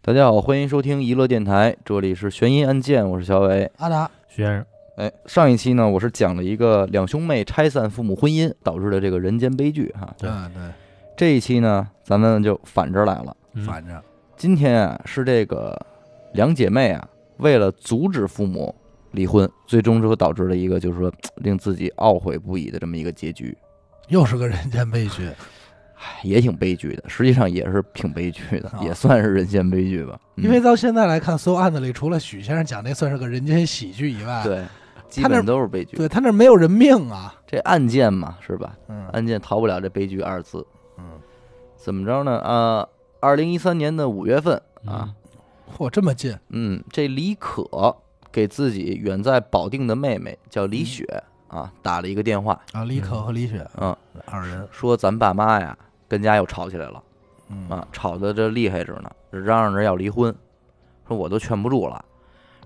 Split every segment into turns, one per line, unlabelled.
大家好，欢迎收听娱乐电台，这里是悬疑案件，我是小伟。
阿达，
徐先生，
哎，上一期呢，我是讲了一个两兄妹拆散父母婚姻导致的这个人间悲剧哈。
对
啊对，
这一期呢，咱们就反着来了。
嗯
反正
今天啊，是这个两姐妹啊，为了阻止父母离婚，最终之后导致了一个就是说令自己懊悔不已的这么一个结局，
又是个人间悲剧，
唉也挺悲剧的。实际上也是挺悲剧的
啊，
也算是人间悲剧吧。嗯
因为到现在来看，所有案子里，除了许先生讲那算是个人间喜剧以外，
对，基
那
本都是悲剧。
对他那儿没有人命啊，
这案件嘛，是吧？
嗯
案件逃不了这悲剧二字。
嗯，
怎么着呢？啊，二零一三年的五月份啊，
嚯，这么近，
嗯，这李可给自己远在保定的妹妹叫李雪
嗯
啊打了一个电话，
啊，李可和李雪
嗯，
二人，
说咱爸妈呀跟家又吵起来了
嗯
啊，吵得这厉害着呢，嚷嚷着要离婚，说我都劝不住了，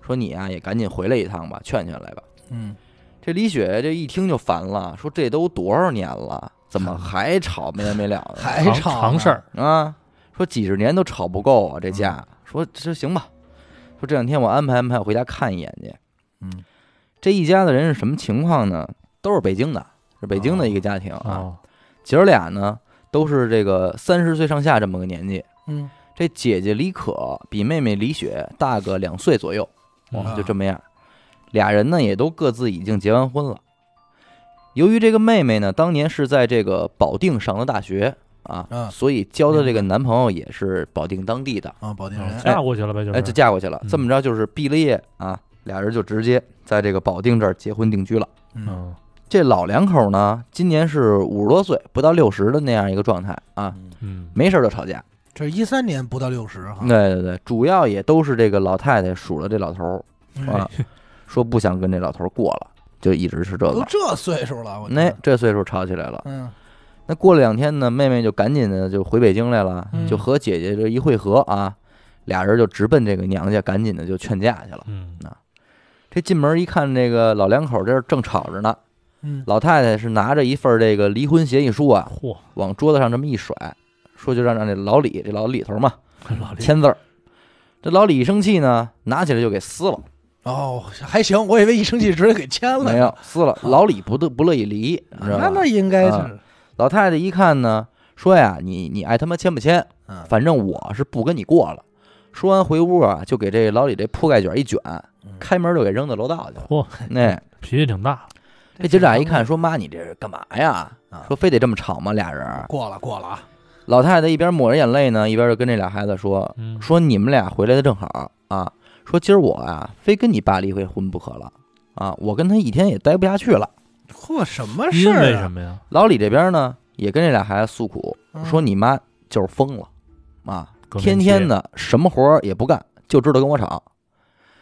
说你呀也赶紧回来一趟吧，劝劝来吧。
嗯，
这李雪这一听就烦了，说这都多少年了，怎 么还吵没完没了的？
还
常
吵呢
常事儿，
啊，说几十年都吵不够
嗯
啊，这架。说这行吧，说这两天我安排安排，我回家看一眼去。
嗯，
这一家的人是什么情况呢？都是北京的，是北京的一个家庭啊。
哦，
姐儿俩呢，都是这个三十岁上下这么个年纪。
嗯，
这姐姐李可比妹妹李雪大个两岁左右，
啊
就这么样。俩人呢，也都各自已经结完婚了。由于这个妹妹呢，当年是在这个保定上的大学啊，
啊
所以交的这个男朋友也是保定当地的，
啊，保定
哦
人，
嫁过去了呗，就
哎，就是嫁过去了。
嗯
这么着就是毕了业啊，俩人就直接在这个保定这儿结婚定居了。
嗯
嗯
这老两口呢，今年是五十多岁，不到六十的那样一个状态啊，
嗯，
嗯，
没事儿就吵架。
这一三年不到六十哈，
对对对，主要也都是这个老太太数了这老头儿，
嗯
啊，说不想跟这老头儿过了，就一直是这
都
个。
这岁数了，我觉
那
得，
这岁数吵起来了。
嗯
那过了两天呢，妹妹就赶紧的就回北京来了，
嗯
就和姐姐这一会合啊，俩人就直奔这个娘家，赶紧的就劝架去了。
嗯
这进门一看，这个老两口这儿正吵着呢，
嗯，
老太太是拿着一份这个离婚协议书啊，
嚯，
往桌子上这么一甩，说就让让这老李这老李头嘛
老李
签字儿。这老李一生气呢，拿起来就给撕了，
哦，还行，我以为一生气直接给签了，
没有撕了。老李不得不乐意离，你知道
那
吗
那？应该
啊
是，
老太太一看呢，说呀，你你爱他妈签不签，
嗯
反正我是不跟你过了。说完回屋啊，就给这老李这铺盖卷一卷，
嗯
开门就给扔到楼道去了。
嚯，
那、
脾气挺大，
哎这姐俩一看，说妈，你这是干嘛呀
啊？
说非得这么吵吗？俩人儿。
过了过了啊，
老太太一边抹着眼泪呢，一边就跟这俩孩子说
嗯，
说你们俩回来的正好啊，说今儿我啊非跟你爸离回婚不可了啊，我跟他一天也待不下去了。
嚯，什么事
因为
儿
什
啊？
么呀？
老李这边呢也跟这俩孩子诉苦，
嗯
说你妈就是疯了啊，
更年期
天天的什么活儿也不干，就知道跟我吵。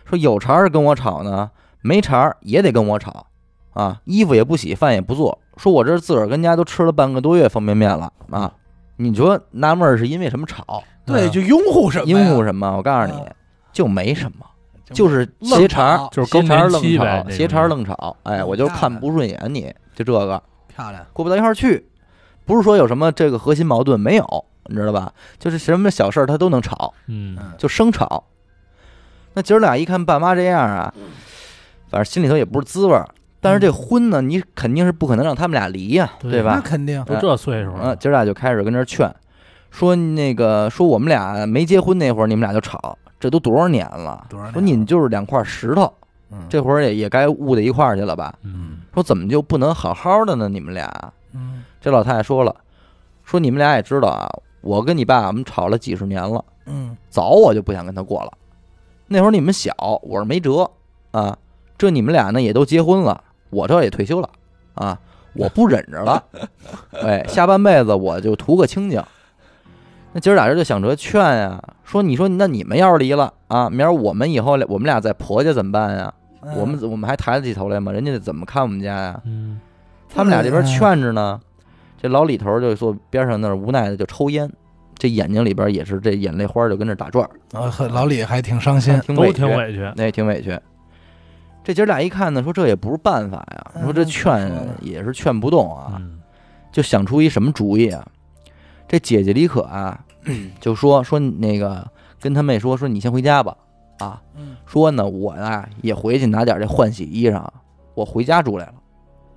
说有茬儿跟我吵呢，没茬儿也得跟我吵啊，衣服也不洗，饭也不做。说我这自个儿跟家都吃了半个多月方便面了啊，你说纳闷儿是因为什么吵？
对，
嗯
就拥护什么呀？
因乎什么？我告诉你
啊，
就没什么，就是
愣
斜茬儿
吵，
就是
斜
更
茬儿
年
愣
期呗
吵，
这
斜
种
茬儿愣吵。哎，
嗯
我就是
漂
看
亮
不顺眼你，就这个
漂亮，
过不到一块儿去，不是说有什么这个核心矛盾没有，你知道吧？就是什么小事儿他都能吵，
嗯，
嗯，
就生吵。那姐儿俩一看爸妈这样啊，
嗯
反正心里头也不是滋味儿。但是这婚呢，你肯定是不可能让他们俩离呀、
对
对
那
吧？
肯定，
都这岁数
嗯，
了，
姐儿俩就开始跟这儿劝，说那个说我们俩没结婚那会儿你们俩就吵，这都多少年了？
多少年了
说你们就是两块石头，
嗯
这会儿也也该悟到一块儿去了吧？
嗯，
说怎么就不能好好的呢？你们俩，
嗯
这老太太说了，说你们俩也知道啊，我跟你爸我们吵了几十年了，
嗯
早我就不想跟他过了。那会儿你们小，我是没辙啊。这你们俩呢也都结婚了，我这也退休了啊，我不忍着了， 哎，下半辈子我就图个清静。那姐儿俩人就想着劝呀、说你说那你们要是离了啊，明儿我们以后我们俩在婆家怎么办呀、
嗯
我们我们还抬得起头来吗？人家怎么看我们家呀、
嗯，
他们俩这边劝着呢，这老李头就坐边上那儿无奈的就抽烟，这眼睛里边也是这眼泪花就跟着打转儿，
啊和老李还挺伤心，
挺
都
啊委
挺
屈，
委屈，
那也挺委屈。这姐儿俩一看呢，说这也不是办法呀，
嗯
说这劝
怎么说呢
也是劝不动啊，
嗯
就
嗯
想出一什么主意啊？这姐姐李可啊，就说说那个跟他妹说说你先回家吧，啊，
嗯
说呢我呀也回去拿点这换洗衣裳，我回家住来了，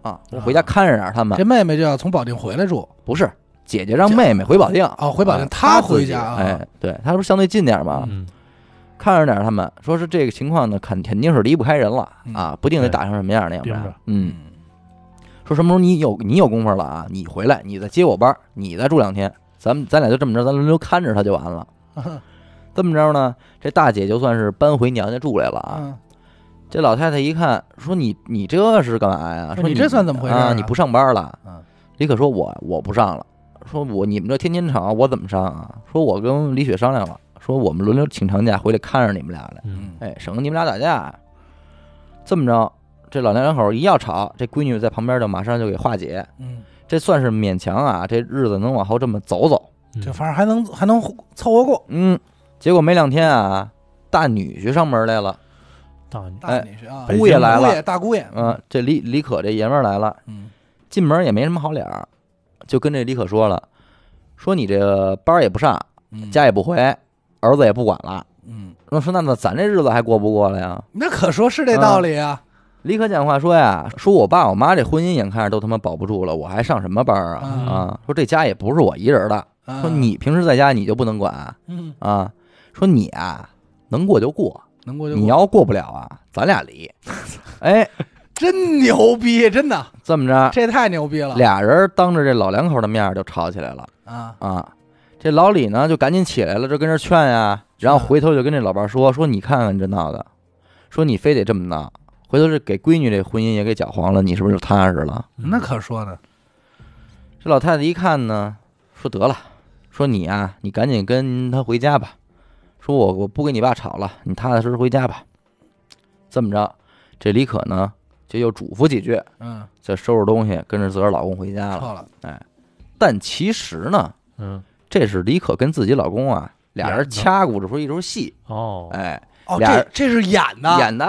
啊，我回家看着点儿他们，
嗯这妹妹就要从保定回来住
不是姐姐让妹妹回保定，
哦，回保定
啊
她
自
回
己
家啊，
哎，对，她不是相对近点儿嘛，
嗯，
看着点儿他们，说是这个情况呢，肯肯定是离不开人了
嗯
啊，不定得
对
打成什么样儿那
盯
样
着
嗯，说什么时候你有你有功夫了啊，你回来，你再接我班儿，你再住两天，咱们咱俩就这么着，咱轮流看着他就完了。
嗯
这么着呢，这大姐就算是搬回娘家住来了啊。
啊，
这老太太一看，说你你这是干嘛呀？
说
说
你这算怎么回事
啊？
啊
你不上班了？
嗯，
李可说我我不上了，说我你们这天天吵，我怎么上啊？说我跟李雪商量了，说我们轮流请长假回来看着你们俩来，
嗯，
哎，省得你们俩打架。这么着，这老两口一要吵，这闺女在旁边就马上就给化解，
嗯，
这算是勉强啊，这日子能往后这么走走。
嗯
这反正还能还能凑合过。
嗯，结果没两天啊，大女婿上门来了，
大女
大女婿啊，
哎
姑爷来
姑
了，
爷大姑爷，
嗯、这李李可这爷们儿来了，
嗯
进门也没什么好脸儿，就跟这李可说了，说你这个班儿也不上，
嗯，
家也不回，儿子也不管了。
嗯，
那说那那咱这日子还过不过了呀？
那可说是这道理啊
李可讲话说呀，说我爸我妈这婚姻眼看着都他妈保不住了，我还上什么班儿啊？
嗯
啊，说这家也不是我一人的，
啊
嗯说你平时在家你就不能管
嗯，
啊？说你啊，能过就过，
能过就过
你要过不了啊，咱俩 离。哎，
真牛逼，真的，
这么着，
这太牛逼了
俩人当着这老两口的面儿就吵起来了
啊！
啊。这老李呢就赶紧起来了，就跟这劝呀，然后回头就跟这老伴儿说说你看看这闹的，说你非得这么闹，回头这给闺女这婚姻也给搅黄了，你是不是就踏实了？
嗯
那可说呢，
这老太太一看呢，说得了，说你啊，你赶紧跟他回家吧。说我我不跟你爸吵了，你踏踏实实回家吧。这么着，这李可呢就又嘱咐几句，
嗯，
就收拾东西跟着自个儿老公回家了。
错了，
但其实呢，
嗯
这是李可跟自己老公啊俩人掐鼓着说一出戏，
哦，
哎，
哦，
俩
这
人
这是演的，，
演的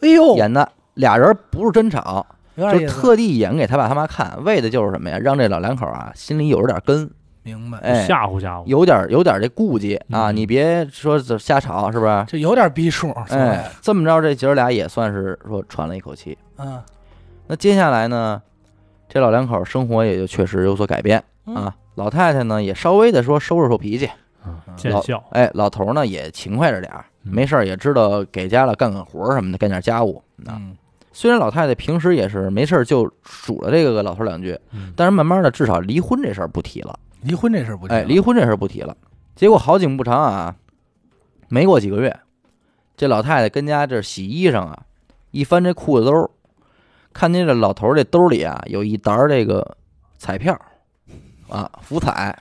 哎呦，
演的，俩人不是真吵，
有点
就
意思，
特地演给他爸他妈看，为的就是什么呀？让这老两口啊心里有点根，
明白，
哎，
吓唬吓唬，
有点儿有点儿这顾忌啊，
嗯
你别说这瞎吵，是不是？
这有点逼数，所谓
哎，这么着，这姐儿俩也算是说喘了一口气。
嗯
那接下来呢，这老两口生活也就确实有所改变
嗯
啊。老太太呢也稍微的说收拾收脾气，
嗯见笑，
哎，老头儿呢也勤快着点儿，
嗯
没事儿也知道给家了干干活儿什么的，干点家务。啊，
嗯，
虽然老太太平时也是没事儿就数了这个老头儿两句，
嗯
但是慢慢的至少离婚这事儿不提了。
离婚这事儿不提
哎，
了
离婚这事儿不提了。结果好景不长啊，没过几个月，这老太太跟家这洗衣裳啊，一翻这裤子兜儿，看见这老头儿这兜里啊有一沓儿这个彩票啊，福彩，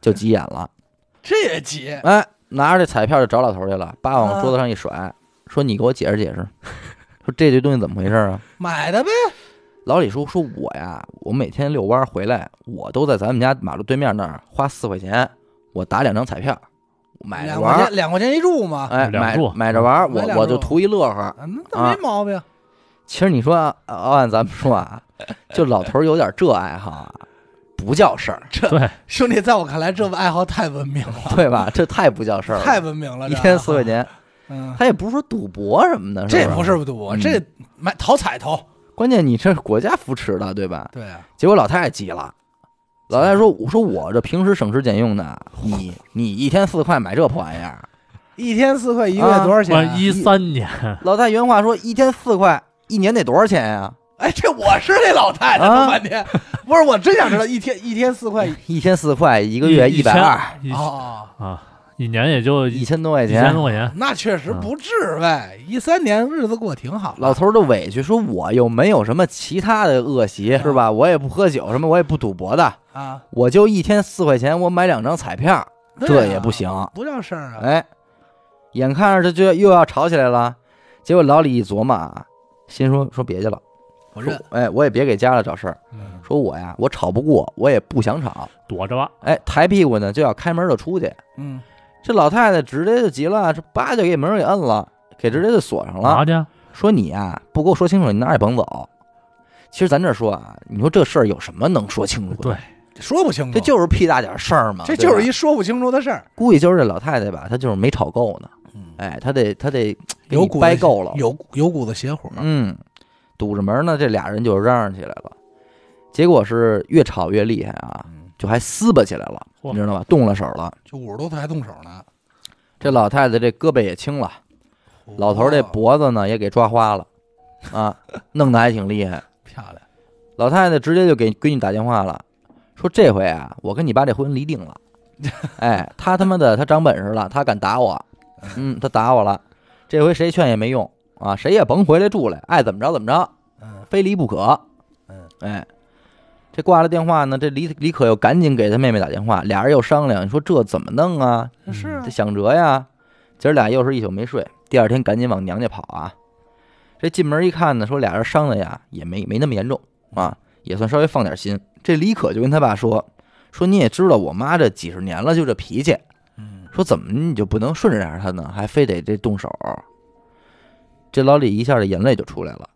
就急眼了。
这也急，
哎，拿着这彩票就找老头儿去了，叭
啊
往桌子上一甩，说：“你给我解释解释，说这堆东西怎么回事儿啊
买的呗，？”
老李说：“说我呀，我每天遛弯儿回来，我都在咱们家马路对面那儿花四块钱，我打两张彩票，买着
两
玩
块
儿
钱，两块钱一注嘛，
哎，
两
买
注
买着玩儿，
嗯
我
买两
我就
注
图一乐呵。
啊，那那没毛病，
其实你说啊按咱们说啊，就老头儿有点这爱好啊，不叫事儿，
对，
兄弟，在我看来，这爱好太文明了，
对吧？这太不叫事儿了，
太文明了，
一
这
天四块，钱，
嗯，
他也不是说赌博什么的，
这
不
不
是？
是赌，啊
嗯
这买讨彩头，
关键你这是国家扶持的，对吧？
对啊，
结果老太太急了，老太太说：“我说我这平时省吃俭用的，你你一天四块买这破玩意儿。
一天四块，一个
啊
月多少钱啊？
一三年，”
老太太原话说：“一天四块，一年得多少钱呀、
哎，这我是那老太太，
啊
弄半天，不是，我真想知道一天一天四块
一天四块，一
一
个月
一
一百二，
千一
哦，
啊，一年也就
一
一
千多块
千
钱。
多块钱，
那确实不至呗。一三年日子过挺好，
嗯老头儿都委屈说：“我又没有什么其他的恶习，是吧？我也不喝酒，什么我也不赌博的，
啊，
我就一天四块钱，我买两张彩票，
对啊
这也不行。”
不叫事儿啊。
哎，眼看着这就又要吵起来了，结果老李一琢磨啊，心说说别去了。
我
说
认，
哎，我也别给家里找事儿。
嗯
说我呀，我吵不过，我也不想吵。
躲着吧，
哎，抬屁股呢就要开门就出去。
嗯，
这老太太直接就急了，这叭就给门给摁了，给直接就锁上了
拿。去，
说你呀，不跟我说清楚，你哪儿也甭走。其实咱这说啊，你说这事儿有什么能说清楚的？
对
说不清楚，
这就是屁大点事儿嘛，
这
对
就是
吧
一说不清楚的事儿。
估计就是这老太太吧，她就是没吵够呢，
嗯，
哎，她得她得给
有
你
股
掰
子
够了，
有有股子邪火，
嗯，堵着门呢，这俩人就嚷嚷起来了，结果是越吵越厉害啊，
嗯，
就还撕巴起来了，
嚯
你知道吧？动了手了，
就五十多岁还动手呢。
这老太太这胳膊也青了，老头儿这
哦
脖子呢也给抓花了， 啊，弄得还挺厉害。
漂亮，
老太太直接就给闺女打电话了，说这回啊，我跟你爸这婚离定 了。哎，他他妈的，他长本事了，他敢打我，嗯，他打我了，这回谁劝也没用啊，谁也甭回来住来，爱怎么着怎么着，
嗯
非离不可。
嗯，
哎，这挂了电话呢，这李李可又赶紧给他妹妹打电话，俩人又商量，你说这怎么弄啊？
那是啊
这想辙呀，姐儿俩又是一宿没睡，第二天赶紧往娘家跑啊。这进门一看呢，说俩人伤的呀也没没那么严重啊，也算稍微放点心。这李可就跟他爸说，说你也知道我妈这几十年了就这脾气，
嗯，
说怎么你就不能顺着点儿她呢，还非得这动手？这老李一下这眼泪就出来了，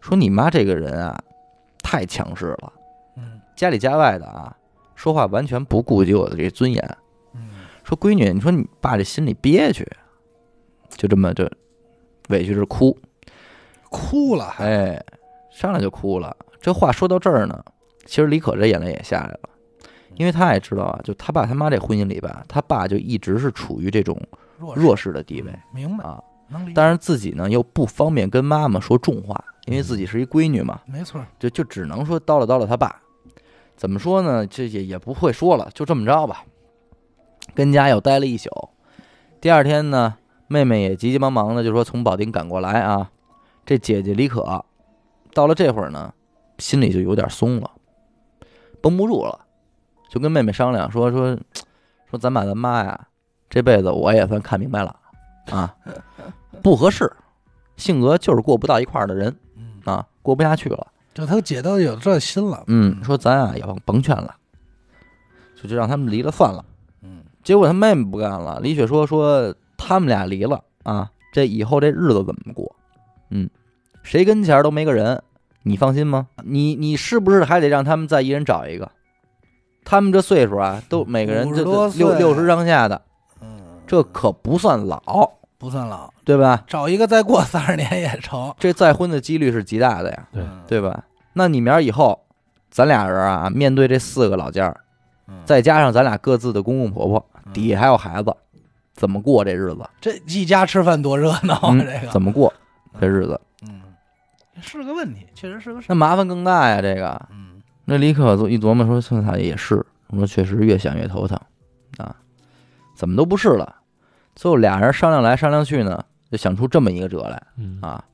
说你妈这个人啊，太强势了，
嗯
家里家外的啊，说话完全不顾及我的这尊严。
嗯，
说闺女，你说你爸这心里憋屈，就这么就委屈着哭，
哭了还，
哎，上来就哭了。这话说到这儿呢，其实李可这眼泪也下来了，因为他也知道啊，就他爸他妈这婚姻里吧，他爸就一直是处于这种
弱嗯
弱势的地位
明白
啊，
能理解，
当然自己呢又不方便跟妈妈说重话，因为自己是一闺女嘛，
没错儿，
就就只能说叨了叨了他爸。怎么说呢？这也也不会说了，就这么着吧。跟家又待了一宿，第二天呢，妹妹也急急忙忙的就说从保定赶过来啊。这姐姐李可，到了这会儿呢，心里就有点松了，绷不住了，就跟妹妹商量说说说咱把咱妈呀，这辈子我也算看明白了啊，不合适，性格就是过不到一块儿的人
嗯，
啊，过不下去了。
这他姐都有这心了，
嗯，说咱啊也甭甭劝了，就就让他们离了算了。
嗯，
结果他妹妹不干了，李雪说说他们俩离了啊，这以后这日子怎么过？嗯，谁跟前儿都没个人，你放心吗？你你是不是还得让他们再一人找一个？他们这岁数啊，都每个人
50
这
多
这六
岁
六十上下的，
嗯，
这可不算老，
不算老，
对吧？
找一个再过三十年也成，
这再婚的几率是极大的呀。
对
嗯，
对吧？那你明儿以后，咱俩人啊，面对这四个老家儿
嗯，
再加上咱俩各自的公公婆婆，
嗯
底下还有孩子，怎么过这日 子？
这一家吃饭多热闹啊，
嗯
这个，
怎么过这日子？
嗯，是个问题，确实是个事儿，
那麻烦更大呀！这个，
嗯，
那李可一琢磨说：“算他也是，我说确实越想越头疼啊，怎么都不是了。”最后俩人商量来商量去呢，就想出这么一个辙来。
嗯，
啊，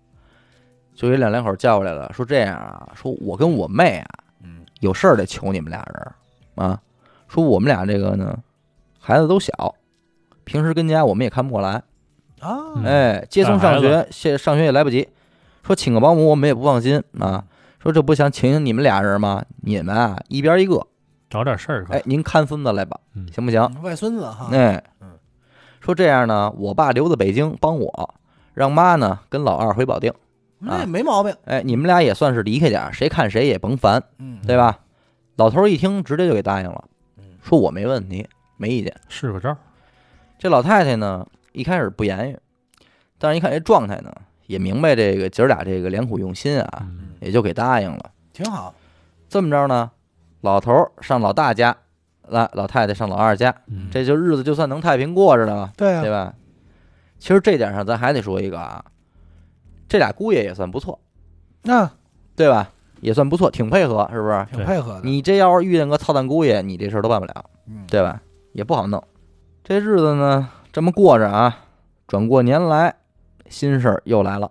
就给两两口叫过来了，说这样啊，说我跟我妹啊，
嗯，
有事儿得求你们俩人儿啊，说我们俩这个呢，孩子都小，平时跟家我们也看不过来，
啊，
嗯
哎，接送上
带
学，现上学也来不及，说请个保姆我们也不放心啊，说这不想请请你们俩人吗？你们啊一边一个，
找点事儿干
哎，，您看孙子来吧，
嗯
行不行？
外孙子哈，
哎
啊嗯，
说这样呢，我爸留在北京帮我，让妈呢跟老二回保定。
那也没毛病，
哎，你们俩也算是离开点儿，谁看谁也甭烦，
嗯，
对吧？老头儿一听，直接就给答应了
嗯，
说我没问题，没意见。
试个招儿，
这老太太呢，一开始不言语，但是一看这状态呢，也明白这个姐儿俩这个良苦用心啊，
嗯
也就给答应了。
挺好，
这么着呢，老头儿上老大家，来老太太上老二家，
嗯，
这就日子就算能太平过着了嘛，
对啊
对，吧？其实这点上咱还得说一个啊，这俩姑爷也算不错，
那
对吧？也算不错，挺配合，是不是？
挺配合的，
你这要是遇见个操蛋姑爷，你这事儿都办不了，
嗯，
对吧？也不好弄。这日子呢，这么过着啊，转过年来，新事儿又来了。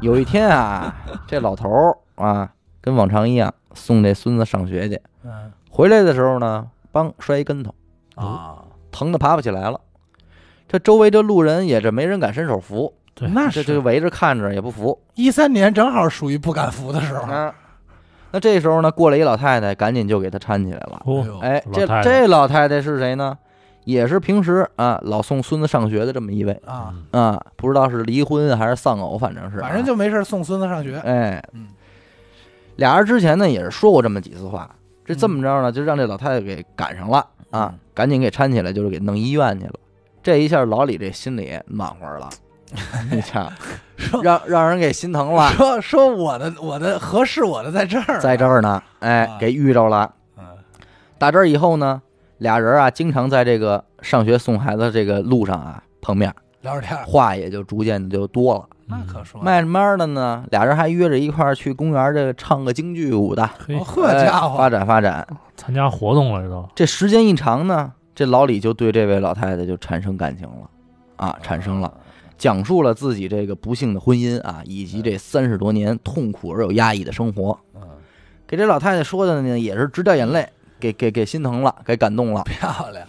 有一天啊，这老头儿啊，跟往常一样送这孙子上学去，
嗯，
回来的时候呢，梆摔一跟头，
啊，
疼得爬不起来了。这周围这路人也这没人敢伸手扶，
对
那
这这
是
围着看着也不扶
一三年正好属于不敢服的时候。哎
啊。那这时候呢，过来一老太太，赶紧就给他搀起来了。
哦
呦，
哎，
老
这
太太
这老太太是谁呢？也是平时啊老送孙子上学的这么一位
嗯
啊，
啊，不知道是离婚还是丧偶，反正是啊、
反正就没事儿送孙子 上学。
哎
嗯，
俩人之前呢也是说过这么几次话，这这
嗯
么着呢，就让这老太太给赶上了啊，赶紧给搀起来，就是给弄医院去了。这一下老李这心里暖和 了，你瞧，
说
让让人给心疼了，
说说我的我的合适我的在这儿，
在这
儿。
儿呢，哎
啊，
给遇着了。
嗯
打这儿以后呢，俩人啊经常在这个上学送孩子的这个路上啊碰面，
聊会儿天儿，
话也就逐渐的就多了。
那可说。
慢慢的呢，俩人还约着一块儿去公园这个唱个京剧舞的，
可以
哦呵家
哎
伙，
发展发展。
参加活动了，这都
这时间一长呢，这老李就对这位老太太就产生感情了，啊，产生了，讲述了自己这个不幸的婚姻啊，以及这三十多年痛苦而又压抑的生活，
嗯，
给这老太太说的呢也是直掉眼泪，给给给心疼了，给感动了。
漂亮。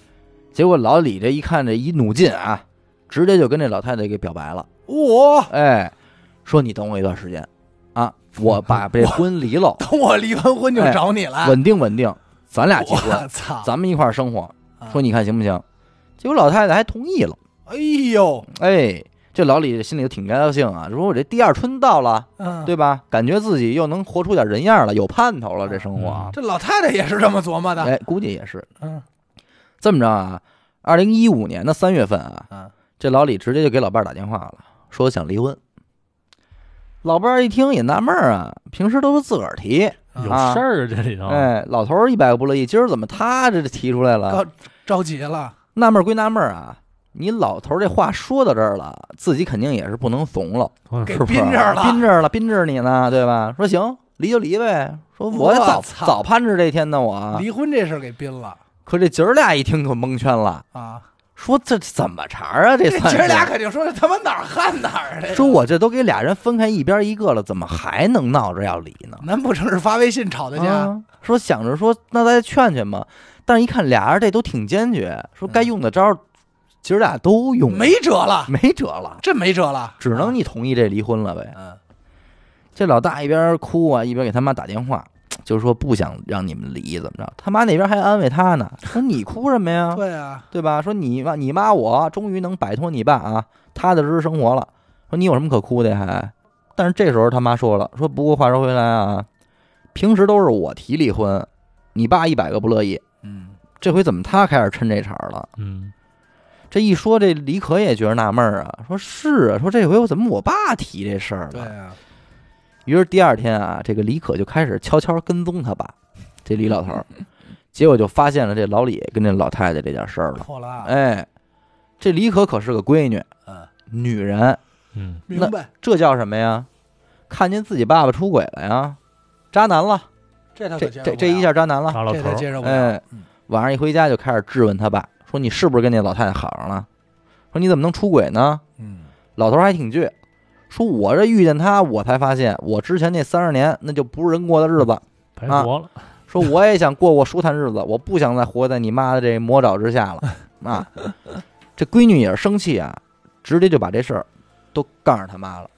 结果老李这一看这一努劲啊，直接就跟这老太太给表白了，
我
哎，说你等我一段时间，啊，我把这婚离 了，
等我离完婚就找你来，
稳定稳定，咱哎俩结婚，
我操！
咱们一块儿生活，
啊
说你看行不行？结果老太太还同意了。
哎呦，
哎，这老李心里就挺高兴啊，说我这第二春到了，
嗯，
对吧？感觉自己又能活出点人样了，有盼头了，这生活啊。
这老太太也是这么琢磨的。
哎，估计也是
嗯
这么着啊。二零一五年的三月份啊，
嗯，
这老李直接就给老伴儿打电话了，说想离婚。老伴儿一听也纳闷儿啊，平时都是自个儿提，
嗯
有
啊
事儿啊这里头，
哎，老头儿一百个不乐意，今儿怎么他这提出来了
高？着急了。
纳闷儿归纳闷儿啊，你老头儿这话说到这儿了，自己肯定也是不能怂了。
嗯
给
是不是啊
宾这儿了
宾这儿了，宾这儿你呢，对吧？说行，离就离呗。说我也早
我操
早盼着这一天呢，我。
离婚这事儿给宾了
可这姐儿俩一听可蒙圈了，
啊！
说这怎么茬儿啊？这
这
算
姐儿俩
是？
肯定说他妈哪儿旱哪儿啊的，
说我这都给俩人分开一边一个了，怎么还能闹着要离呢？
难不成是发微信吵的架？
啊，说想着说那再劝劝吧，但是一看俩人这都挺坚决，说该用的招儿，姐儿俩都用了，
嗯没辙了，
没辙了，
真没辙了，
只能你同意这离婚了呗。
嗯
这老大一边哭啊，一边给他妈打电话，就说不想让你们离，怎么着？他妈那边还安慰他呢，说你哭什么呀？
对啊，
对吧？说你妈你妈我终于能摆脱你爸啊，踏踏实实生活了。说你有什么可哭的还？但是这时候他妈说了，说不过话说回来啊，平时都是我提离婚，你爸一百个不乐意，
嗯，
这回怎么他开始抻这茬儿了？
嗯，
这一说，这李可也觉得纳闷儿啊，说是啊，说这回我怎么我爸提这事儿
对
了？
啊，
于是第二天啊，这个李可就开始悄悄跟踪他爸，这李老头儿，结果就发现了这老李跟这老太太这件事儿了。
破了啊，
哎，这李可可是个闺女，
嗯，
女人，
嗯，
明白，
这叫什么呀？看见自己爸爸出轨了呀，渣男了，
这他可
这
接受
这
不
这一
了，
下渣男了。
大老
这
头
他
儿，
接受不了，
哎
嗯，
晚上一回家就开始质问他爸，说你是不是跟那老太太好上了？说你怎么能出轨呢？
嗯，
老头儿还挺倔，说我这遇见他，我才发现我之前那三十年那就不是人过的日子。
白
啊
活了，
说我也想过过舒坦日子，我不想再活在你妈的这魔爪之下了啊！这闺女也是生气啊，直接就把这事儿都告诉他妈了。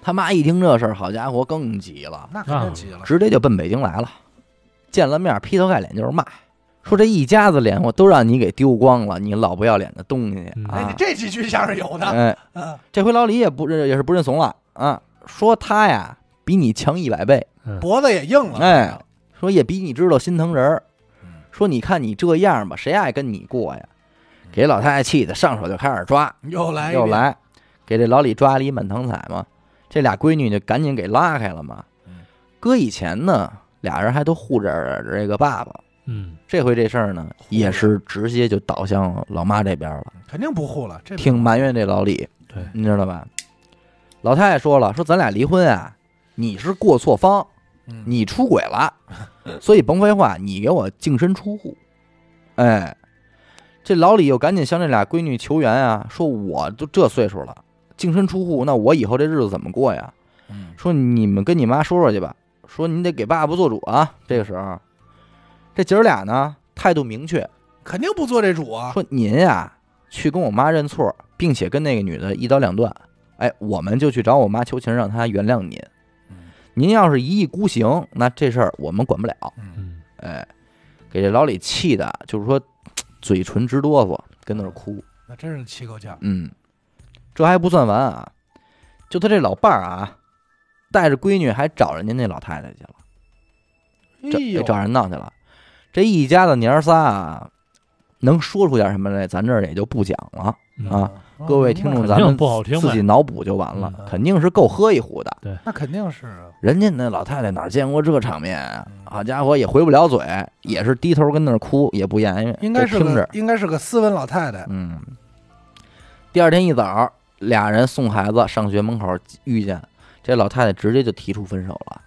他妈一听这事儿，好家伙，更急了，
那
啊
肯定急了，
直接就奔北京来了。见了面，劈头盖脸就是骂，说这一家子脸我都让你给丢光了，你老不要脸的东西
嗯
哎，你
啊！
这几句像是有的，
哎，
嗯，
这回老李也不也是不认怂了啊，说他呀比你强一百倍，
脖子也硬了，
哎，说也比你知道心疼人儿
嗯，
说你看你这样吧，谁爱跟你过呀？
嗯
给老太太气的，上手就开始抓，
又来一
又
遍，
来，给这老李抓了一满堂彩嘛。这俩闺女就赶紧给拉开了嘛
嗯。
搁以前呢，俩人还都护着这个爸爸，
嗯，
这回这事儿呢，
着
也是直接就倒向老妈这边了，
肯定不护了，这
挺埋怨这老李，
对，
你知道吧？老太太说了，说咱俩离婚啊，你是过错方，
嗯
你出轨了，所以甭废话，你给我净身出户。哎，这老李又赶紧向这俩闺女求援啊，说我都这岁数了，净身出户，那我以后这日子怎么过呀？
嗯
说你们跟你妈说说去吧，说你得给爸爸做主啊。这个时候，这姐儿俩呢态度明确，
肯定不做这主啊。
说您呀、去跟我妈认错，并且跟那个女的一刀两断。哎，我们就去找我妈求情，让她原谅您
嗯。
您要是一意孤行，那这事儿我们管不了。
嗯，
嗯，
哎，给这老李气的，就是说嘴唇直哆嗦，跟那儿哭。
那真是气够呛。
嗯，这还不算完啊，就他这老伴儿啊，带着闺女还找人家那老太太去了，
哎
找
呦，
找人闹去了。这一家子娘儿仨啊，能说出点什么来，咱这儿也就不讲了。
嗯
啊各位听众，
肯
哦
咱
定
们
不好听呗
自己脑补就完了
嗯，
肯定是够喝一壶的。
那肯定是啊
人家那老太太哪儿见过这场面啊？
嗯
好家伙，也回不了嘴，也是低头跟那儿哭，也不言语，
应该是
就听
个
着。
应该是个斯文老太太。
嗯。第二天一早，俩人送孩子上学门口遇见，这老太太直接就提出分手了，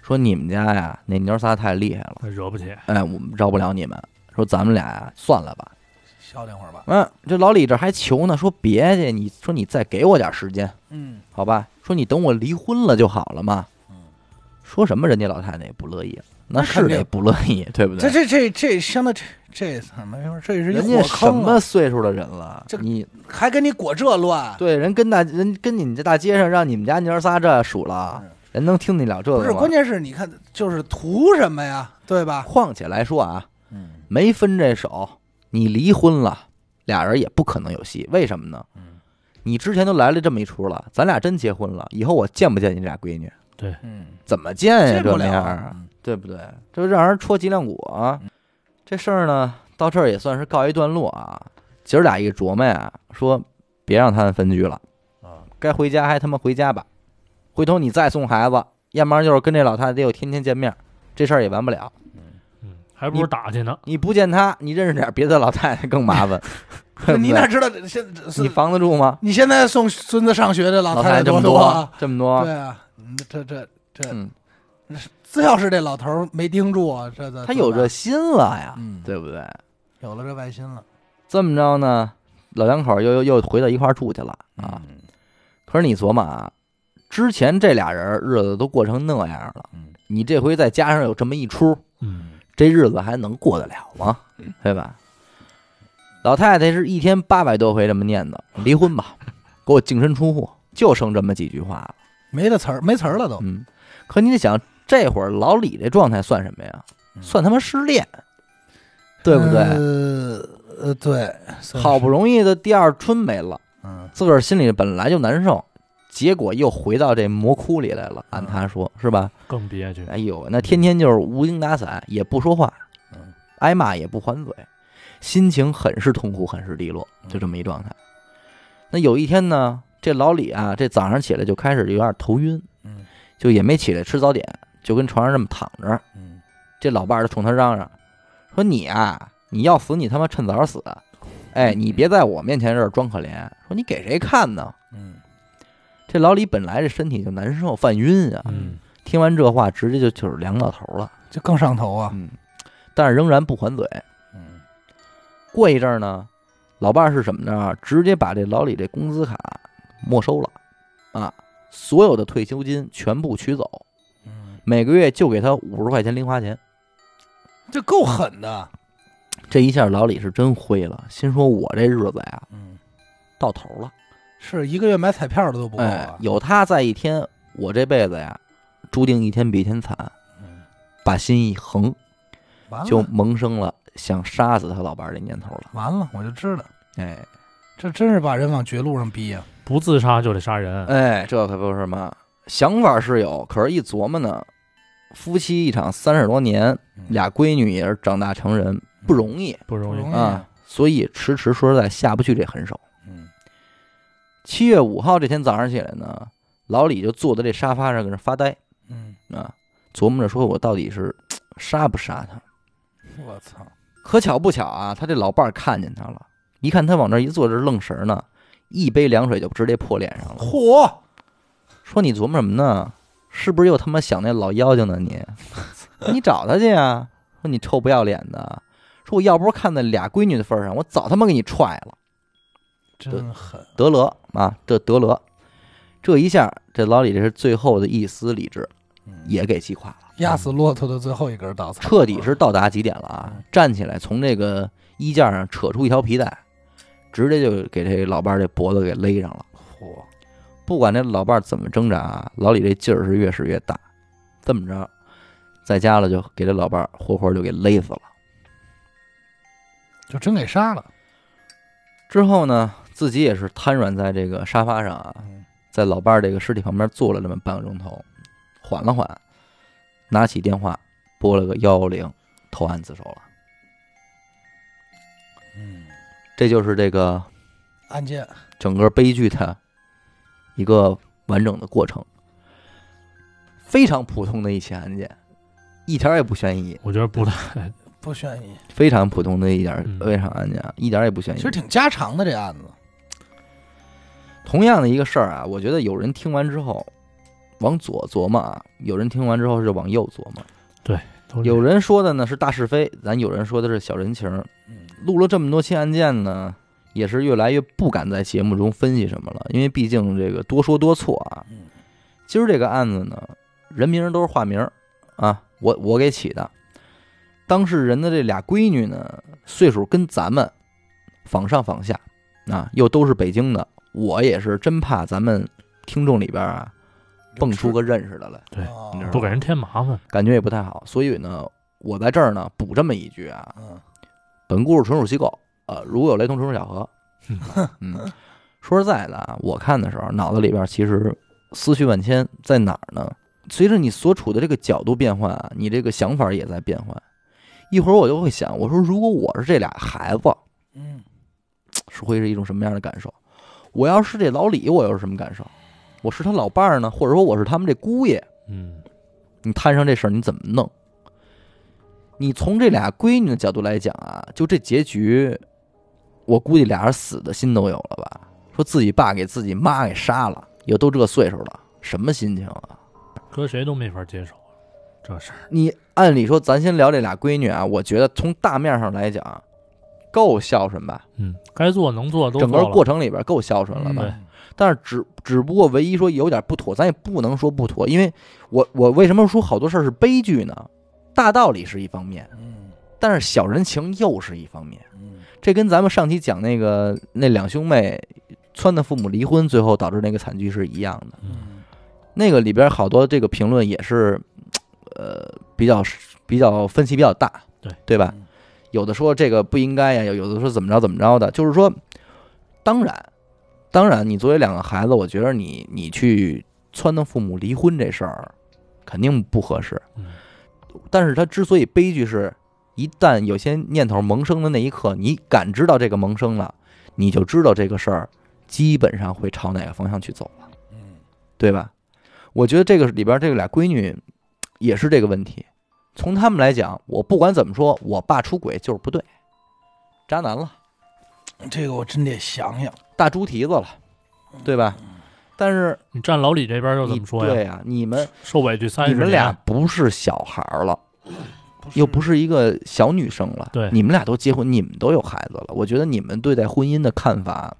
说你们家呀那娘仨太厉害了，
那惹不起，
哎，我们饶不了你们。说咱们俩呀算了吧。
消停会儿吧。
嗯，这老李这还求呢，说别介，你说你再给我点时间，
嗯，
好吧？说你等我离婚了就好了嘛。说什么人家老太太也不乐意了，那
那
是
肯定
得不乐意，对不
这
对？
这这这相当这这没法，这是一
人家
火
什
坑啊
么，岁数的人了
这，
你
还跟你裹这乱。
对人跟大人跟你们这大街上让你们家娘儿仨这数了
嗯，
人能听得了这个
不
吗？
是，关键是你看，就是图什么呀？对吧？
况且来说啊，
嗯
没分这手，你离婚了，俩人也不可能有戏。为什么呢？
嗯
你之前都来了这么一出了，咱俩真结婚了，以后我见不见你俩闺女？
嗯，
怎么见呀？
见
这
不
玩意
了
儿
啊。嗯
对不对？这让人戳脊梁骨啊！这事儿呢，到这儿也算是告一段落啊。姐儿俩一琢磨呀，说别让他们分居了，
啊，
该回家还他妈回家吧。回头你再送孩子，要不然就是跟这老太太得有天天见面，这事儿也完不了。
嗯，还不如打去呢。
你不见他，你认识点别的老太太更麻 烦。对不
你
嗯对
哪知道这现
你
是？
防得住吗？
你现在送孙子上学的老
老
太
太太这
多
么
多啊？
这么多，
对啊，嗯这这这，
嗯，
只要是这老头儿没盯住啊，这这
他有这
这，
心了呀，
嗯，
对不对？
有了这外心了
这么着呢，老两口又又又回到一块儿住去了啊。，
嗯
可是你琢磨啊，之前这俩人日子都过成那样了
嗯，
你这回再加上有这么一出，
嗯，
这日子还能过得了吗？
嗯
对吧？老太太是一天八百多回这么念叨：“离婚 吧，给我净身出户。”就剩这么几句话了。
没得词儿，没词儿了都，
嗯，可你得想，这会儿老李这状态算什么呀？
嗯
算他妈失恋，对不对？
呃呃，对，算
好
是
不容易的第二春没了，
嗯
自个儿心里本来就难受，结果又回到这魔窟里来了。
嗯
按他说，是吧？
更憋屈。
哎呦，那天天就是无精打采，也不说话
嗯，
挨骂也不还嘴，心情很是痛苦，很是低落，
嗯
就这么一状态。那有一天呢，这老李啊，这早上起来就开始有点头晕，
嗯
就也没起来吃早点，就跟床上这么躺着。
嗯，
这老伴儿就冲他嚷嚷说：“你啊，你要死你他妈趁早死，哎，你别在我面前这儿装可怜，说你给谁看呢？”
嗯
这老李本来这身体就难受，犯晕啊，
嗯，
听完这话直接就就是凉到头了。
就更上头啊，
嗯，但是仍然不还嘴。
嗯
过一阵儿呢，老伴儿是什么呢？直接把这老李这工资卡没收了，啊，所有的退休金全部取走，
嗯，
每个月就给他五十块钱零花钱。
这够狠的，
这一下老李是真灰了，心说我这日子呀
嗯，
到头了，
是一个月买彩票的都不够
哎
啊，，
有他在一天，我这辈子呀注定一天比一天惨。
嗯啊
把心一横，
完了
就萌生了想杀死他老伴儿的念头了。
完了，我就知道，
哎
这真是把人往绝路上逼啊呀、
不自杀就得杀人。
哎，这可不是嘛，想法是有，可是一琢磨呢，夫妻一场三十多年，俩闺女也是长大成人，不容易
不容
不容
易
易，
啊，所以迟迟说实在下不去这狠手。
嗯
七月五号这天早上起来呢，老李就坐在这沙发上搁那发呆
嗯，
啊，琢磨着说我到底是杀不杀他。
我操，
可巧不巧啊，他这老伴儿看见他了，一看他往那儿一坐，这愣神儿呢，一杯凉水就直接泼脸上了，
嚯，
说你琢磨什么呢？是不是又他妈想那老妖精呢 你？你找他去呀！说你臭不要脸的！说我要不是看在俩闺女的份儿上，我早他妈给你踹了。
真狠，
德勒啊，这德勒，这一下，这老李这是最后的一丝理智
嗯
也给击垮了，
压死骆驼的最后一根稻草，
彻底是到达极点了啊！站起来，从这个衣架上扯出一条皮带，直接就给这老伴儿这脖子给勒上了。
嚯，
不管这老伴儿怎么挣扎啊，老李这劲儿是越使越大。这么着，在家了就给这老伴儿活活就给勒死了。
就真给杀了。
之后呢，自己也是瘫软在这个沙发上啊，
嗯
在老伴儿这个尸体旁边坐了这么半个钟头，缓了缓，拿起电话拨了个幺幺零，投案自首了。
嗯，
这就是这个
案件
整个悲剧的一个完整的过程，非常普通的一起案件，一点儿也不悬疑，
我觉得不太，
不悬疑，
非常普通的一点儿
嗯
非常案件，一点儿也不悬疑。
其实挺家常的这案子。
同样的一个事儿啊，我觉得有人听完之后往左琢磨啊，有人听完之后是往右琢磨。
都是
有人说的呢是大是非，咱有人说的是小人情儿。
嗯，
录了这么多期案件呢，也是越来越不敢在节目中分析什么了，因为毕竟这个多说多错啊
嗯。
今儿这个案子呢，人名都是化名儿啊，我我给起的。当事人的这俩闺女呢，岁数跟咱们仿上仿下，啊，又都是北京的，我也是真怕咱们听众里边啊蹦出个认识的来。
对
哦
你知道吗
不给人添麻烦，
感觉也不太好，所以呢，我在这儿呢补这么一句啊，
嗯，
本故事纯属虚构，呃，如有雷同，纯属巧合
嗯。
嗯，说实在的啊，我看的时候脑子里边其实思绪万千，在哪儿呢？随着你所处的这个角度变换啊，你这个想法也在变换。一会儿我就会想，我说如果我是这俩孩子，
嗯，
是会是一种什么样的感受？我要是这老李，我又是什么感受？我是他老伴儿呢，或者说我是他们这姑爷，
嗯，
你摊上这事儿你怎么弄？你从这俩闺女的角度来讲啊，就这结局，我估计俩人死的心都有了吧？说自己爸给自己妈给杀了，也都这岁数了，什么心情啊？
搁谁都没法接受这事儿，
你按理说，咱先聊这俩闺女啊，我觉得从大面上来讲，够孝顺吧？
嗯，该做能做都
整个
做了
过程里边够孝顺了吧？
嗯
但是只只不过唯一说有点不妥，咱也不能说不妥，因为我我为什么说好多事儿是悲剧呢？大道理是一方面，
嗯
但是小人情又是一方面，
嗯，
这跟咱们上期讲那个那两兄妹撺掇父母离婚，最后导致那个惨剧是一样的。
嗯
那个里边好多这个评论也是，呃，比较比较分歧比较大，
对
对吧
嗯？
有的说这个不应该呀，有有的说怎么着怎么着的，就是说，当然，当然，你作为两个孩子，我觉得你你去撺掇父母离婚这事儿肯定不合适。
嗯
但是他之所以悲剧是，一旦有些念头萌生的那一刻，你感知到这个萌生了，你就知道这个事儿基本上会朝哪个方向去走了，
嗯，
对吧？我觉得这个里边这个俩闺女也是这个问题。从他们来讲，我不管怎么说，我爸出轨就是不对，渣男了，嗯
这个我真得想想。
大猪蹄子了，对吧？但是
你站老李这边又怎
你
么说呀？
对呀、你们
受委屈三
你
十年，
们俩不是小孩儿了。又不
是，
是一个小女生了，
对
你们俩都结婚，你们都有孩子了，我觉得你们对待婚姻的看法，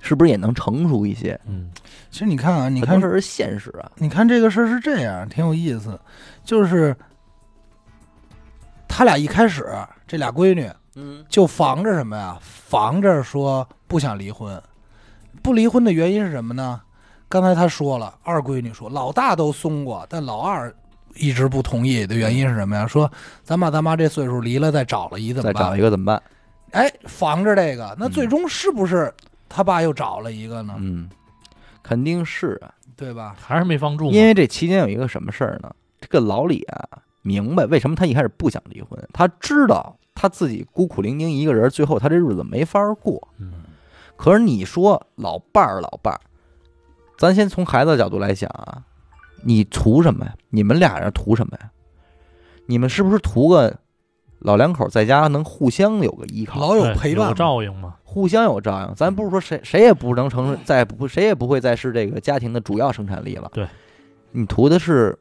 是不是也能成熟一些？
嗯，
其实你看啊，你
很多
看
事儿是现实啊，
你看这个事儿是这样，挺有意思，就是他俩一开始这俩闺女
嗯，
就防着什么呀？防着说不想离婚，不离婚的原因是什么呢？刚才他说了，二闺女说老大都松过，但老二一直不同意的原因是什么呀？说咱爸咱妈这岁数离了再找了一怎么
再
办
找？一个怎么办？
哎，防着这个，那
嗯
最终是不是他爸又找了一个呢？
嗯，肯定是啊，
对吧？
还是没放住嘛，
因为这期间有一个什么事儿呢？这个老李啊，明白为什么他一开始不想离婚，他知道他自己孤苦伶仃一个人，最后他这日子没法儿过，
嗯
可是你说老伴儿，老伴儿，咱先从孩子的角度来想啊，你图什么呀？你们俩人图什么呀？你们是不是图个老两口在家能互相有个依靠，
老有
对
陪伴
有
嘛，
照应嘛，
互相有照应？咱不是说谁谁也不能成在不谁也不会再是这个家庭的主要生产力了。
对，
你图的是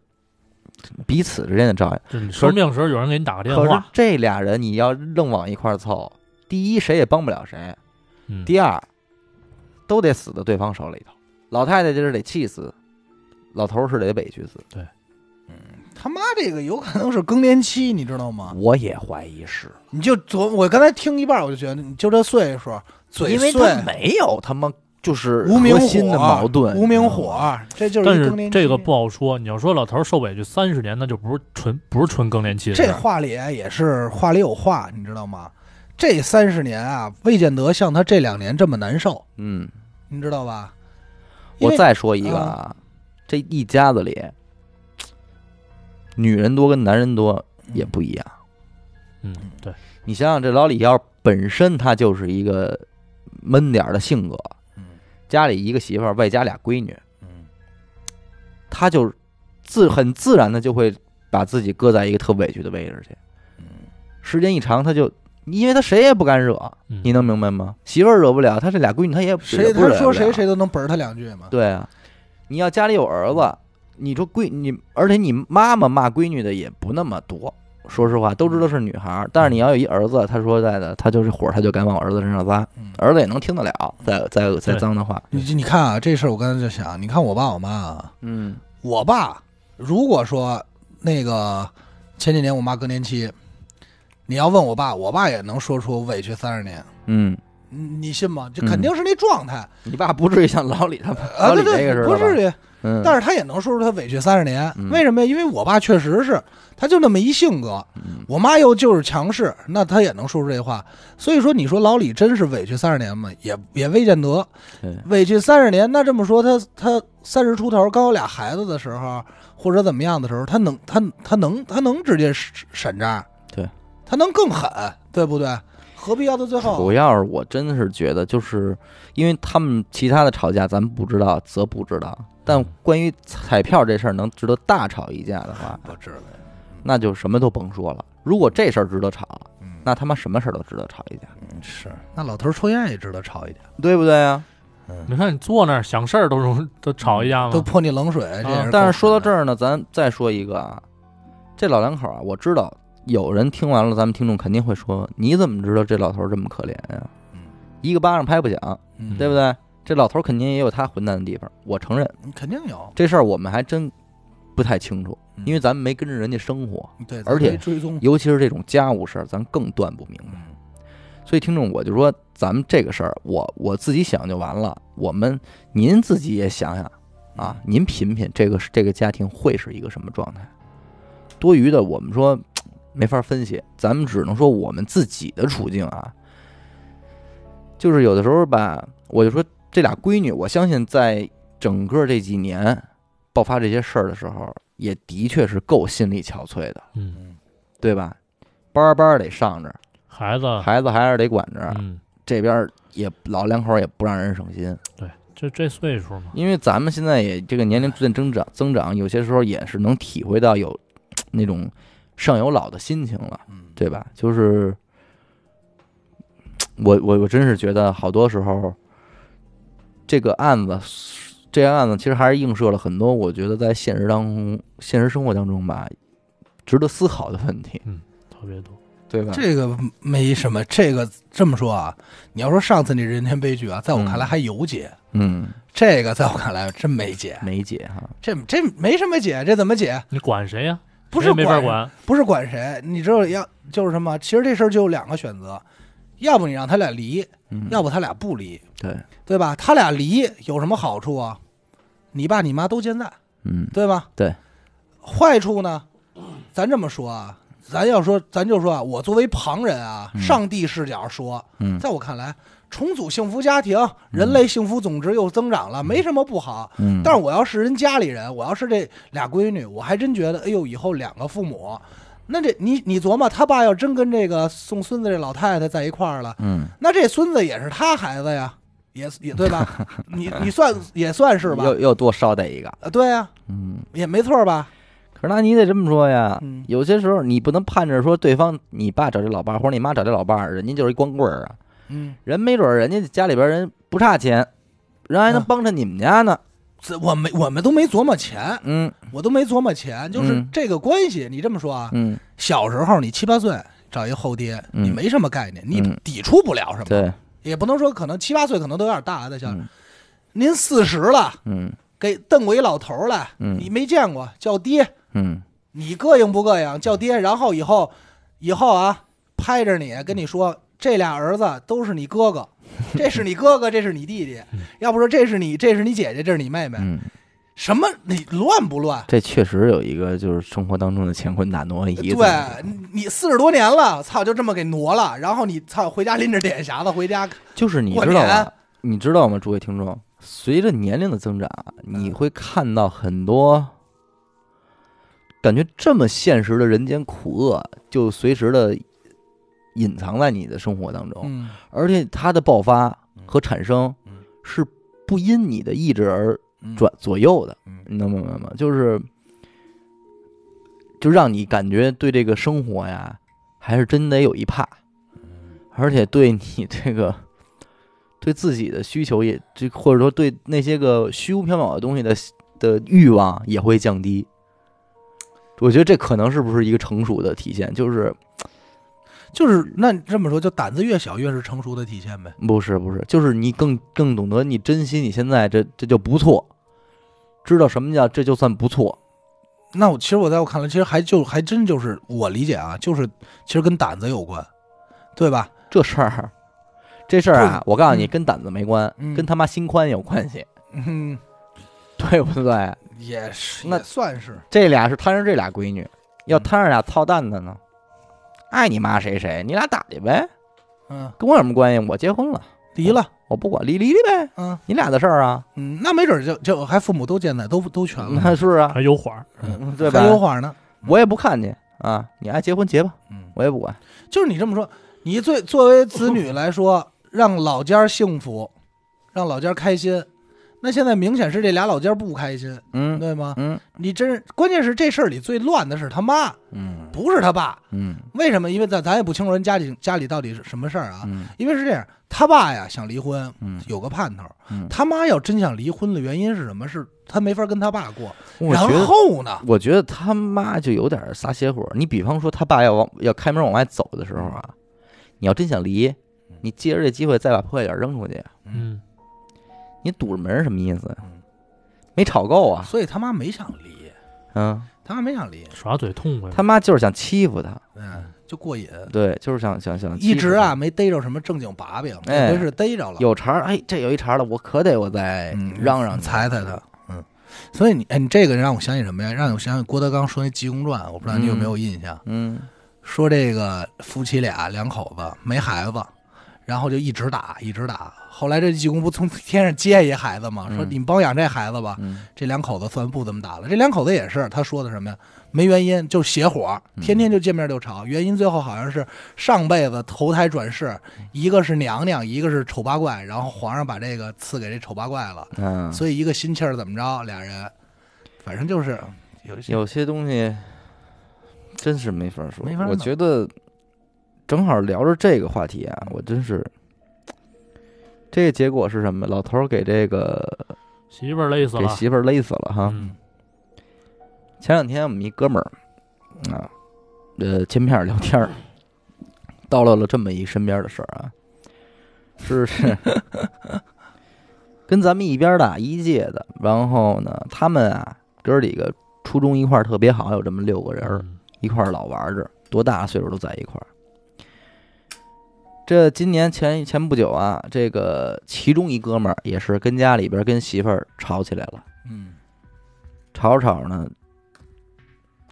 彼此之间的照应。
就是你生病的时候有人给你打个电
可是
话，
这俩人你要愣往一块儿凑，第一谁也帮不了谁，
嗯，
第二，都得死在对方手里头。老太太这是得气死，老头儿是得委屈死。
他妈这个有可能是更年期，你知道吗？
啊我也怀疑是，
你就昨我刚才听一半，我就觉得你就这岁数，嘴
因为
碎
他，没有他妈就是
无名
核
火
心的矛盾，嗯
无
你
名
知道吗
火，这就是
但
一
是
更年期
这个不好说。你要说老头儿受委屈三十年，那就不是纯不是纯更年期的事
这
儿。
话里也是话里有话，你知道吗？这三十年啊，未见得像他这两年这么难受，
嗯，
你知道吧？因
我
为嗯
再说一个啊，这一家子里，女人多跟男人多也不一样。
嗯，对，
你想想，这老李要本身他就是一个闷点儿的性格，
嗯
家里一个媳妇儿，外加俩闺女，
嗯
他就自很自然的就会把自己搁在一个特委屈的位置去。
嗯
时间一长，他就因为他谁也不敢惹，
嗯
你能明白吗？媳妇儿惹不了，他这俩闺女他也
谁
也不
他
惹
说
不
谁
了
谁都能本儿他两句嘛。
对啊，你要家里有儿子，你说闺你，而且你妈妈骂闺女的也不那么多。说实话，都知道是女孩儿，但是你要有一儿子，他说实在的，他就是火儿，他就敢往儿子身上撒
嗯，
儿子也能听得了，再再再
对
脏的话，
你你看啊，这事儿我刚才就想，你看我爸我妈啊，
嗯
我爸如果说那个前几年我妈更年期，你要问我爸，我爸也能说出委屈三十年，
嗯，
你你信吗？这
嗯
肯定是那状态、
你爸不至于像老李他们
啊，
老
对
李那个
对，
似的
不
吧？
至于。
嗯，
但是他也能说出他委屈三十年，
嗯
为什么呀？因为我爸确实是，他就那么一性格，
嗯
我妈又就是强势，那他也能说出这话。所以说，你说老李真是委屈三十年吗？也也未见得
对，
委屈三十年。那这么说，他他三十出头，刚有俩孩子的时候，或者怎么样的时候，他能他他能他能直接审审渣，
对，
他能更狠，对不对？何必要到最后
主？要是我真是觉得，就是因为他们其他的吵架咱们不知道，则不知道，但关于彩票这事儿能值得大吵一架的话，
不知道，
那就什么都甭说了。如果这事儿值得吵，
嗯，
那他妈什么事儿都值得吵一架，
是那老头儿抽烟也值得吵一点，
对不对啊？
你看你坐那儿想事儿都容都吵一架
嗯
吗？
都泼你冷水，这也
啊
是。
啊但是说到这。儿呢，咱再说一个啊，这老两口啊，我知道有人听完了，咱们听众肯定会说，你怎么知道这老头儿这么可怜呀、
嗯
一个巴掌拍不响，
嗯
对不对？这老头儿肯定也有他混蛋的地方，我承认
肯定有，
这事儿我们还真不太清楚，
嗯
因为咱们没跟着人家生活，
对，
而且
咱没追踪，
尤其是这种家务事儿，咱更断不明白。
嗯
所以听众，我就说咱们这个事儿，我我自己想就完了。我们您自己也想想啊，您品品这个这个家庭会是一个什么状态？多余的我们说没法分析，咱们只能说我们自己的处境啊。就是有的时候吧，我就说这俩闺女，我相信在整个这几年爆发这些事儿的时候，也的确是够心力憔悴的，
嗯，
嗯
对吧？班儿班儿得上着，
孩子，
孩子还是得啊管着。
啊嗯，
这边儿也老两口儿也不让人省心，
对，这这岁数嘛，
因为咱们现在也这个年龄逐渐增长增长，有些时候也是能体会到有那种上有老的心情了，
嗯，
对吧？就是我我我真是觉得好多时候这个案子这个案子其实还是映射了很多我觉得在现实当中现实生活当中吧值得思考的问题，
特别多。
对吧？
这个没什么，这个这么说啊，你要说上次那人间悲剧啊，在我看来还有解，
嗯，
这个在我看来真没解，
梅姐哈，
这这没什么解，这怎么解？
你管谁呀？
不
谁
是
也没法
管，
管，
啊
不是管谁，你知道要就是什么？其实这事儿就有两个选择，要不你让他俩离，
嗯，
要不他俩不离，
对，
对吧？他俩离有什么好处啊？你爸你妈都健在，
嗯
对吧？
对。
坏处呢，咱这么说啊，咱要说，咱就说啊，我作为旁人啊，
嗯
上帝视角说，
嗯
在我看来，重组幸福家庭，人类幸福总值又增长了，没什么不好。
嗯，
但是我要是人家里人，我要是这俩闺女，我还真觉得，哎呦，以后两个父母，那这你你琢磨，他爸要真跟这个送孙子这老太太在一块儿了，
嗯
那这孙子也是他孩子呀，也也 对吧？你你算也算是吧？
又又多捎带一个，
啊，对呀、
嗯。
也没错吧？
可是那你得这么说呀，
嗯
有些时候你不能盼着说对方你爸找这老伴儿或者你妈找这老伴儿，人家就是一光棍儿啊，
嗯，
人没准儿人家家里边儿人不差钱，人还能
啊
帮衬你们家呢。
这我没我们都没琢磨钱，
嗯
我都没琢磨钱，就是
嗯
这个关系。你这么说啊，
嗯，
小时候你七八岁找一后爹，
嗯
你没什么概念，你
嗯
抵触不了什么，
对，
也不能说可能七八岁，可能都有点大了，在小
嗯
您四十了，
嗯
给瞪过一老头儿来，
嗯
你没见过，叫爹，
嗯
你膈应不膈应？叫爹，然后以后以后啊，拍着你跟你说，这俩儿子都是你哥哥，这是你哥哥，这是你弟弟，要不说这是你，这是你姐姐，这是你妹妹，
嗯，
什么你乱不乱？
这确实有一个就是生活当中的乾坤大挪移。
对你你四十多年了，操，就这么给挪了，然后你操回家拎着脸匣子回家，
就是你
过
知道
年
吧？你知道吗，诸位听众？随着年龄的增长，你会看到很多感觉这么现实的人间苦厄，就随时的隐藏在你的生活当中，
嗯
而且它的爆发和产生是不因你的意志而转左右的
嗯，
你能明白吗？就是就让你感觉对这个生活呀，还是真得有一怕，而且对你这个对自己的需求也，这或者说对那些个虚无缥缈的东西的的欲望也会降低。我觉得这可能是不是一个成熟的体现？就是
就是那你这么说，就胆子越小越是成熟的体现呗。
不是不是，就是你更更懂得你珍惜你现在这这就不错，知道什么叫这就算不错。
那我其实我在我看来，其实还就还真就是我理解啊，就是其实跟胆子有关，对吧？
这事儿，这事儿啊，我告诉你，
嗯
跟胆子没关，
嗯
跟他妈心宽有关系，
嗯，
对不对？
也是，
那
也算是
这俩是摊上这俩闺女，要
嗯
摊上俩操蛋的呢，爱你妈谁谁，你俩打去呗，
嗯，
跟我有什么关系？我结婚了，
离了，
我不管，离离离呗，
嗯
你俩的事儿啊，
嗯，那没准就就还父母都健在，都都全了，
那 是不是啊，
还有缓儿，
嗯对吧
还？有话呢。
我也不看去啊，你爱结婚结吧，
嗯，
我也不管。
就是你这么说，你最作为子女来说，让老家幸福，让老家开心。那现在明显是这俩老家不开心，
嗯
对吗？
嗯
你真是，关键是这事儿里最乱的是他妈，
嗯
不是他爸。
嗯
为什么？因为咱咱也不清楚人家里家里到底是什么事儿啊。
嗯
因为是这样，他爸呀想离婚，
嗯
有个盼头；
嗯
他妈要真想离婚的原因是什么？是他没法跟他爸过。
我
然
觉得
后呢？
我觉得他妈就有点撒邪火。你比方说，他爸要往要开门往外走的时候
嗯
啊，你要真想离，你借着这机会再把破坏点扔出去，
嗯，
你堵着门什么意思
嗯？
没吵够啊？
所以他妈没想离，
嗯，
他妈没想离，
耍嘴痛快，
他妈就是想欺负他，
嗯，就过瘾。
对，就是想想想
一
欺负
直
他
啊没逮着什么正经把柄，
哎
这回是逮着了，
有茬儿，哎，这有一茬儿了，我可得我再
嗯
嚷嚷
踩踩他。嗯，所以你哎，你这个让我想起什么呀？让我想起郭德纲说那《济公传》，我不知道你有没有印象。
嗯
说这个夫妻俩两口子没孩子，然后就一直打一直打。后来这济公不从天上接一孩子吗？说
嗯
你们帮养这孩子吧。
嗯
这两口子算不怎么打了。这两口子也是，他说的什么呀？没原因，就邪火，天天就见面就吵。原因最后好像是上辈子投胎转世，一个是娘娘，一个是丑八怪，然后皇上把这个赐给这丑八怪了，
嗯，
所以一个心气儿怎么着，俩人，反正就是有一些
有些东西真是没法说。
没法
我
弄
觉得正好聊着这个话题啊，我真是这个结果是什么？老头儿给这个
媳妇儿累死
给
了，
媳妇儿勒死了哈。
嗯
前两天我们一哥们儿啊，呃，见面儿聊天儿，叨唠了这么一身边的事儿啊，是是，跟咱们一边儿的一届的，然后呢，他们啊哥儿几个初中一块儿特别好，有这么六个人儿，
嗯
一块儿老玩儿着，多大岁数都在一块儿。这今年前前不久啊，这个其中一哥们儿也是跟家里边儿跟媳妇儿吵起来了。
嗯
吵着吵着呢，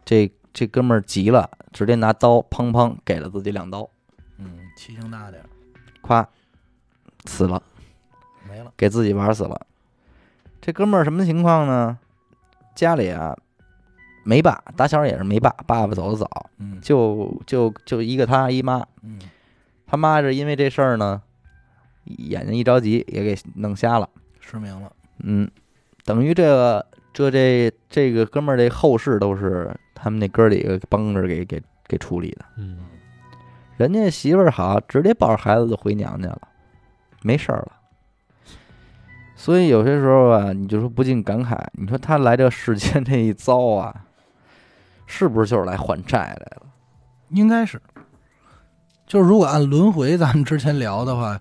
这这哥们儿急了，直接拿刀砰砰给了自己两刀，
嗯，气性大点儿
咵，死了，
没了，
给自己玩死了。这哥们儿什么情况呢？家里啊没爸，打小也是没爸，爸爸走的早，
嗯
就就就一个他姨妈，
嗯
他妈是因为这事儿呢，眼睛一着急也给弄瞎了。
失明了，
嗯，等于这个这这这个哥们儿这后事都是他们那哥儿几个帮着给给给处理的。
嗯，
人家媳妇儿好，直接抱着孩子就回娘家了，没事儿了。所以有些时候啊，你就说不禁感慨，你说他来这世间这一遭啊，是不是就是来还债来了？
应该是。就是如果按轮回咱们之前聊的话，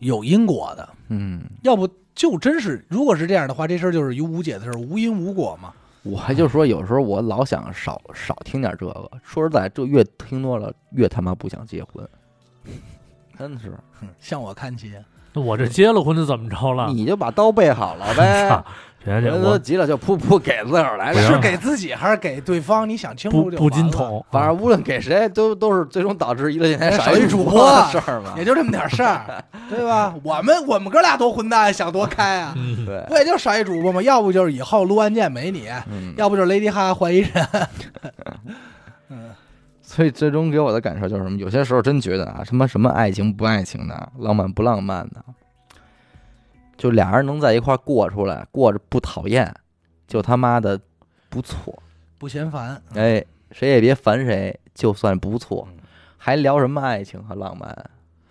有因果的，
嗯，
要不就真是如果是这样的话，这事儿就是一无解的事儿，无因无果嘛。
我还就说有时候我老想少少听点这个，说实在，这越听多了越他妈不想结婚，真是，
哼向我看齐，
那我这结了婚是怎么着 了？
你就把刀备好了呗
操，人家
人都
啊我
急了就噗噗给自个儿来
不
了
要
是。给自己还是给对方？你想清
不
楚就
不
完
嗯金
了，
桶，
反正无论给谁，都都是最终导致娱乐电台
少
一
一
主
主
播
播
的事儿嘛
也。就这么点事 儿，对吧？我们我们哥俩多混蛋，想多开啊！
嗯，
对，
不也就少一主播吗？要不就是以后录案件没你，
嗯，
要不就是 Lady 哈换一人。
所以最终给我的感受就是什么？有些时候真觉得啊，什么什么爱情不爱情的，浪漫不浪漫的，就俩人能在一块儿过出来，过着不讨厌，就他妈的不错。
不嫌烦，
哎，谁也别烦谁，就算不错，
嗯
还聊什么爱情和浪漫？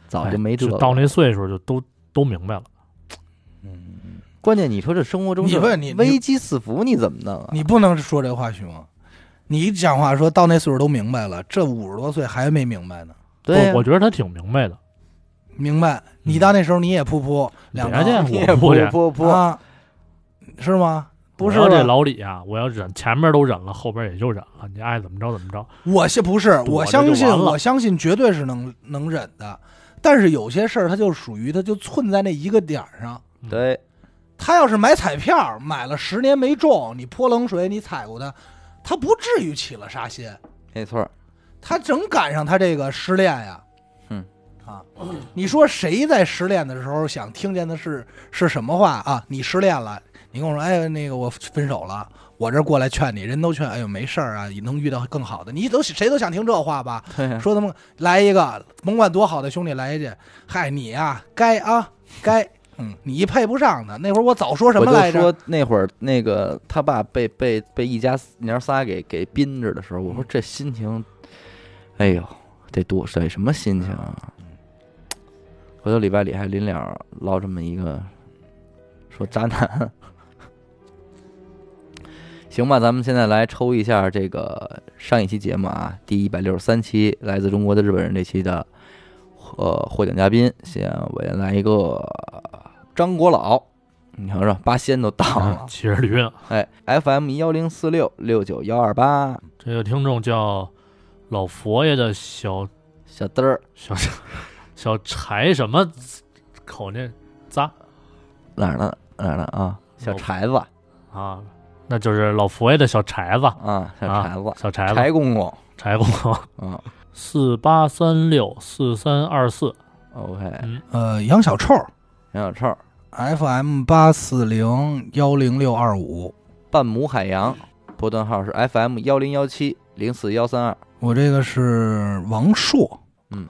早就没这
哎
个。
到那岁数就都都明白了。
关键你说这生活中
你
这
问你你
危机四伏，你怎么弄啊？
你不能说这话，熊。你讲话说到那岁数都明白了，这五十多岁还没明白呢。
对呀
我我觉得他挺明白的。
明白？你到那时候你也噗噗两
嗯别
张
介
你也
我
不
不去
不不
啊，是吗？不是
我要这
吧，
老李啊，我要忍，前面都忍了，后边也就忍了，你爱怎么着怎 么着。
我相不是，
躲
我
着就
相信，
完了
我相信绝对是能能忍的。但是有些事儿，它就属于它就寸在那一个点儿上。
对，
他要是买彩票，买了十年没中，你泼冷水，你踩过他，他不至于起了杀心。
没错儿，
他正赶上他这个失恋呀。
嗯，
啊，你说谁在失恋的时候想听见的是是什么话啊？你失恋了，你跟我说，哎，那个我分手了，我这儿过来劝你，人都劝，哎呦没事儿啊，能遇到更好的，你都谁都想听这话吧？
对呀
说他们来一个，甭管多好的兄弟来一句，嗨你呀、该啊该， 嗯，你配不上他。那会儿我早说什么来着？
我就说那会儿那个他爸被被被一家娘仨给给宾着的时候，
嗯
我说这心情，哎呦，得多得什么心情啊！
嗯
回头礼拜里还临了唠这么一个，说渣男，行吧，咱们现在来抽一下这个上一期节目啊，第一百六十三期来自中国的日本人这期的呃获奖嘉宾，先我先来一个张国老，你瞧瞧，八仙都到了
嗯，，骑着驴呢。
哎，FM 幺零四六六九幺二八，
这个听众叫老佛爷的小
小嘚儿
小小柴什么口那扎
哪儿呢？哪儿呢啊？
哦
小柴子
啊，那就是老佛爷的小柴子，
啊，小
啊
柴子，
小柴
柴
子，
公公
柴公 公，
啊。
四八三六四三二四，
OK，
嗯，
呃，杨小臭
杨小臭，
，FM 八四零幺零六二五，
半亩海洋，波段号是 FM 幺零幺七零四幺三二。
我这个是王硕，
嗯，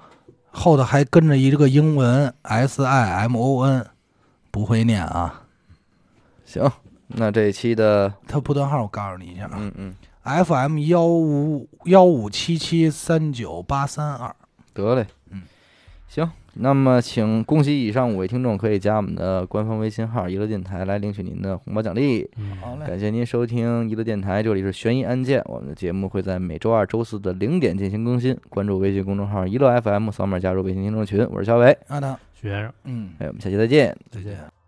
后头还跟着一个英文 S I M O N，不会念啊。
行，那这一期的，
他波段号我告诉你一下啊
嗯嗯，
，F M 幺五幺五七七三九八三二。
得嘞，
嗯，
行。那么，请恭喜以上五位听众可以加我们的官方微信号“娱乐电台”来领取您的红包奖励。
嗯，
好嘞，
感谢您收听娱乐电台，这里是悬疑案件。我们的节目会在每周二、周四的零点进行更新。关注微信公众号“娱乐 FM”，扫码加入微信听众群。我是小伟，
阿达，
学生，
嗯，
哎，我们下期再见。
再见。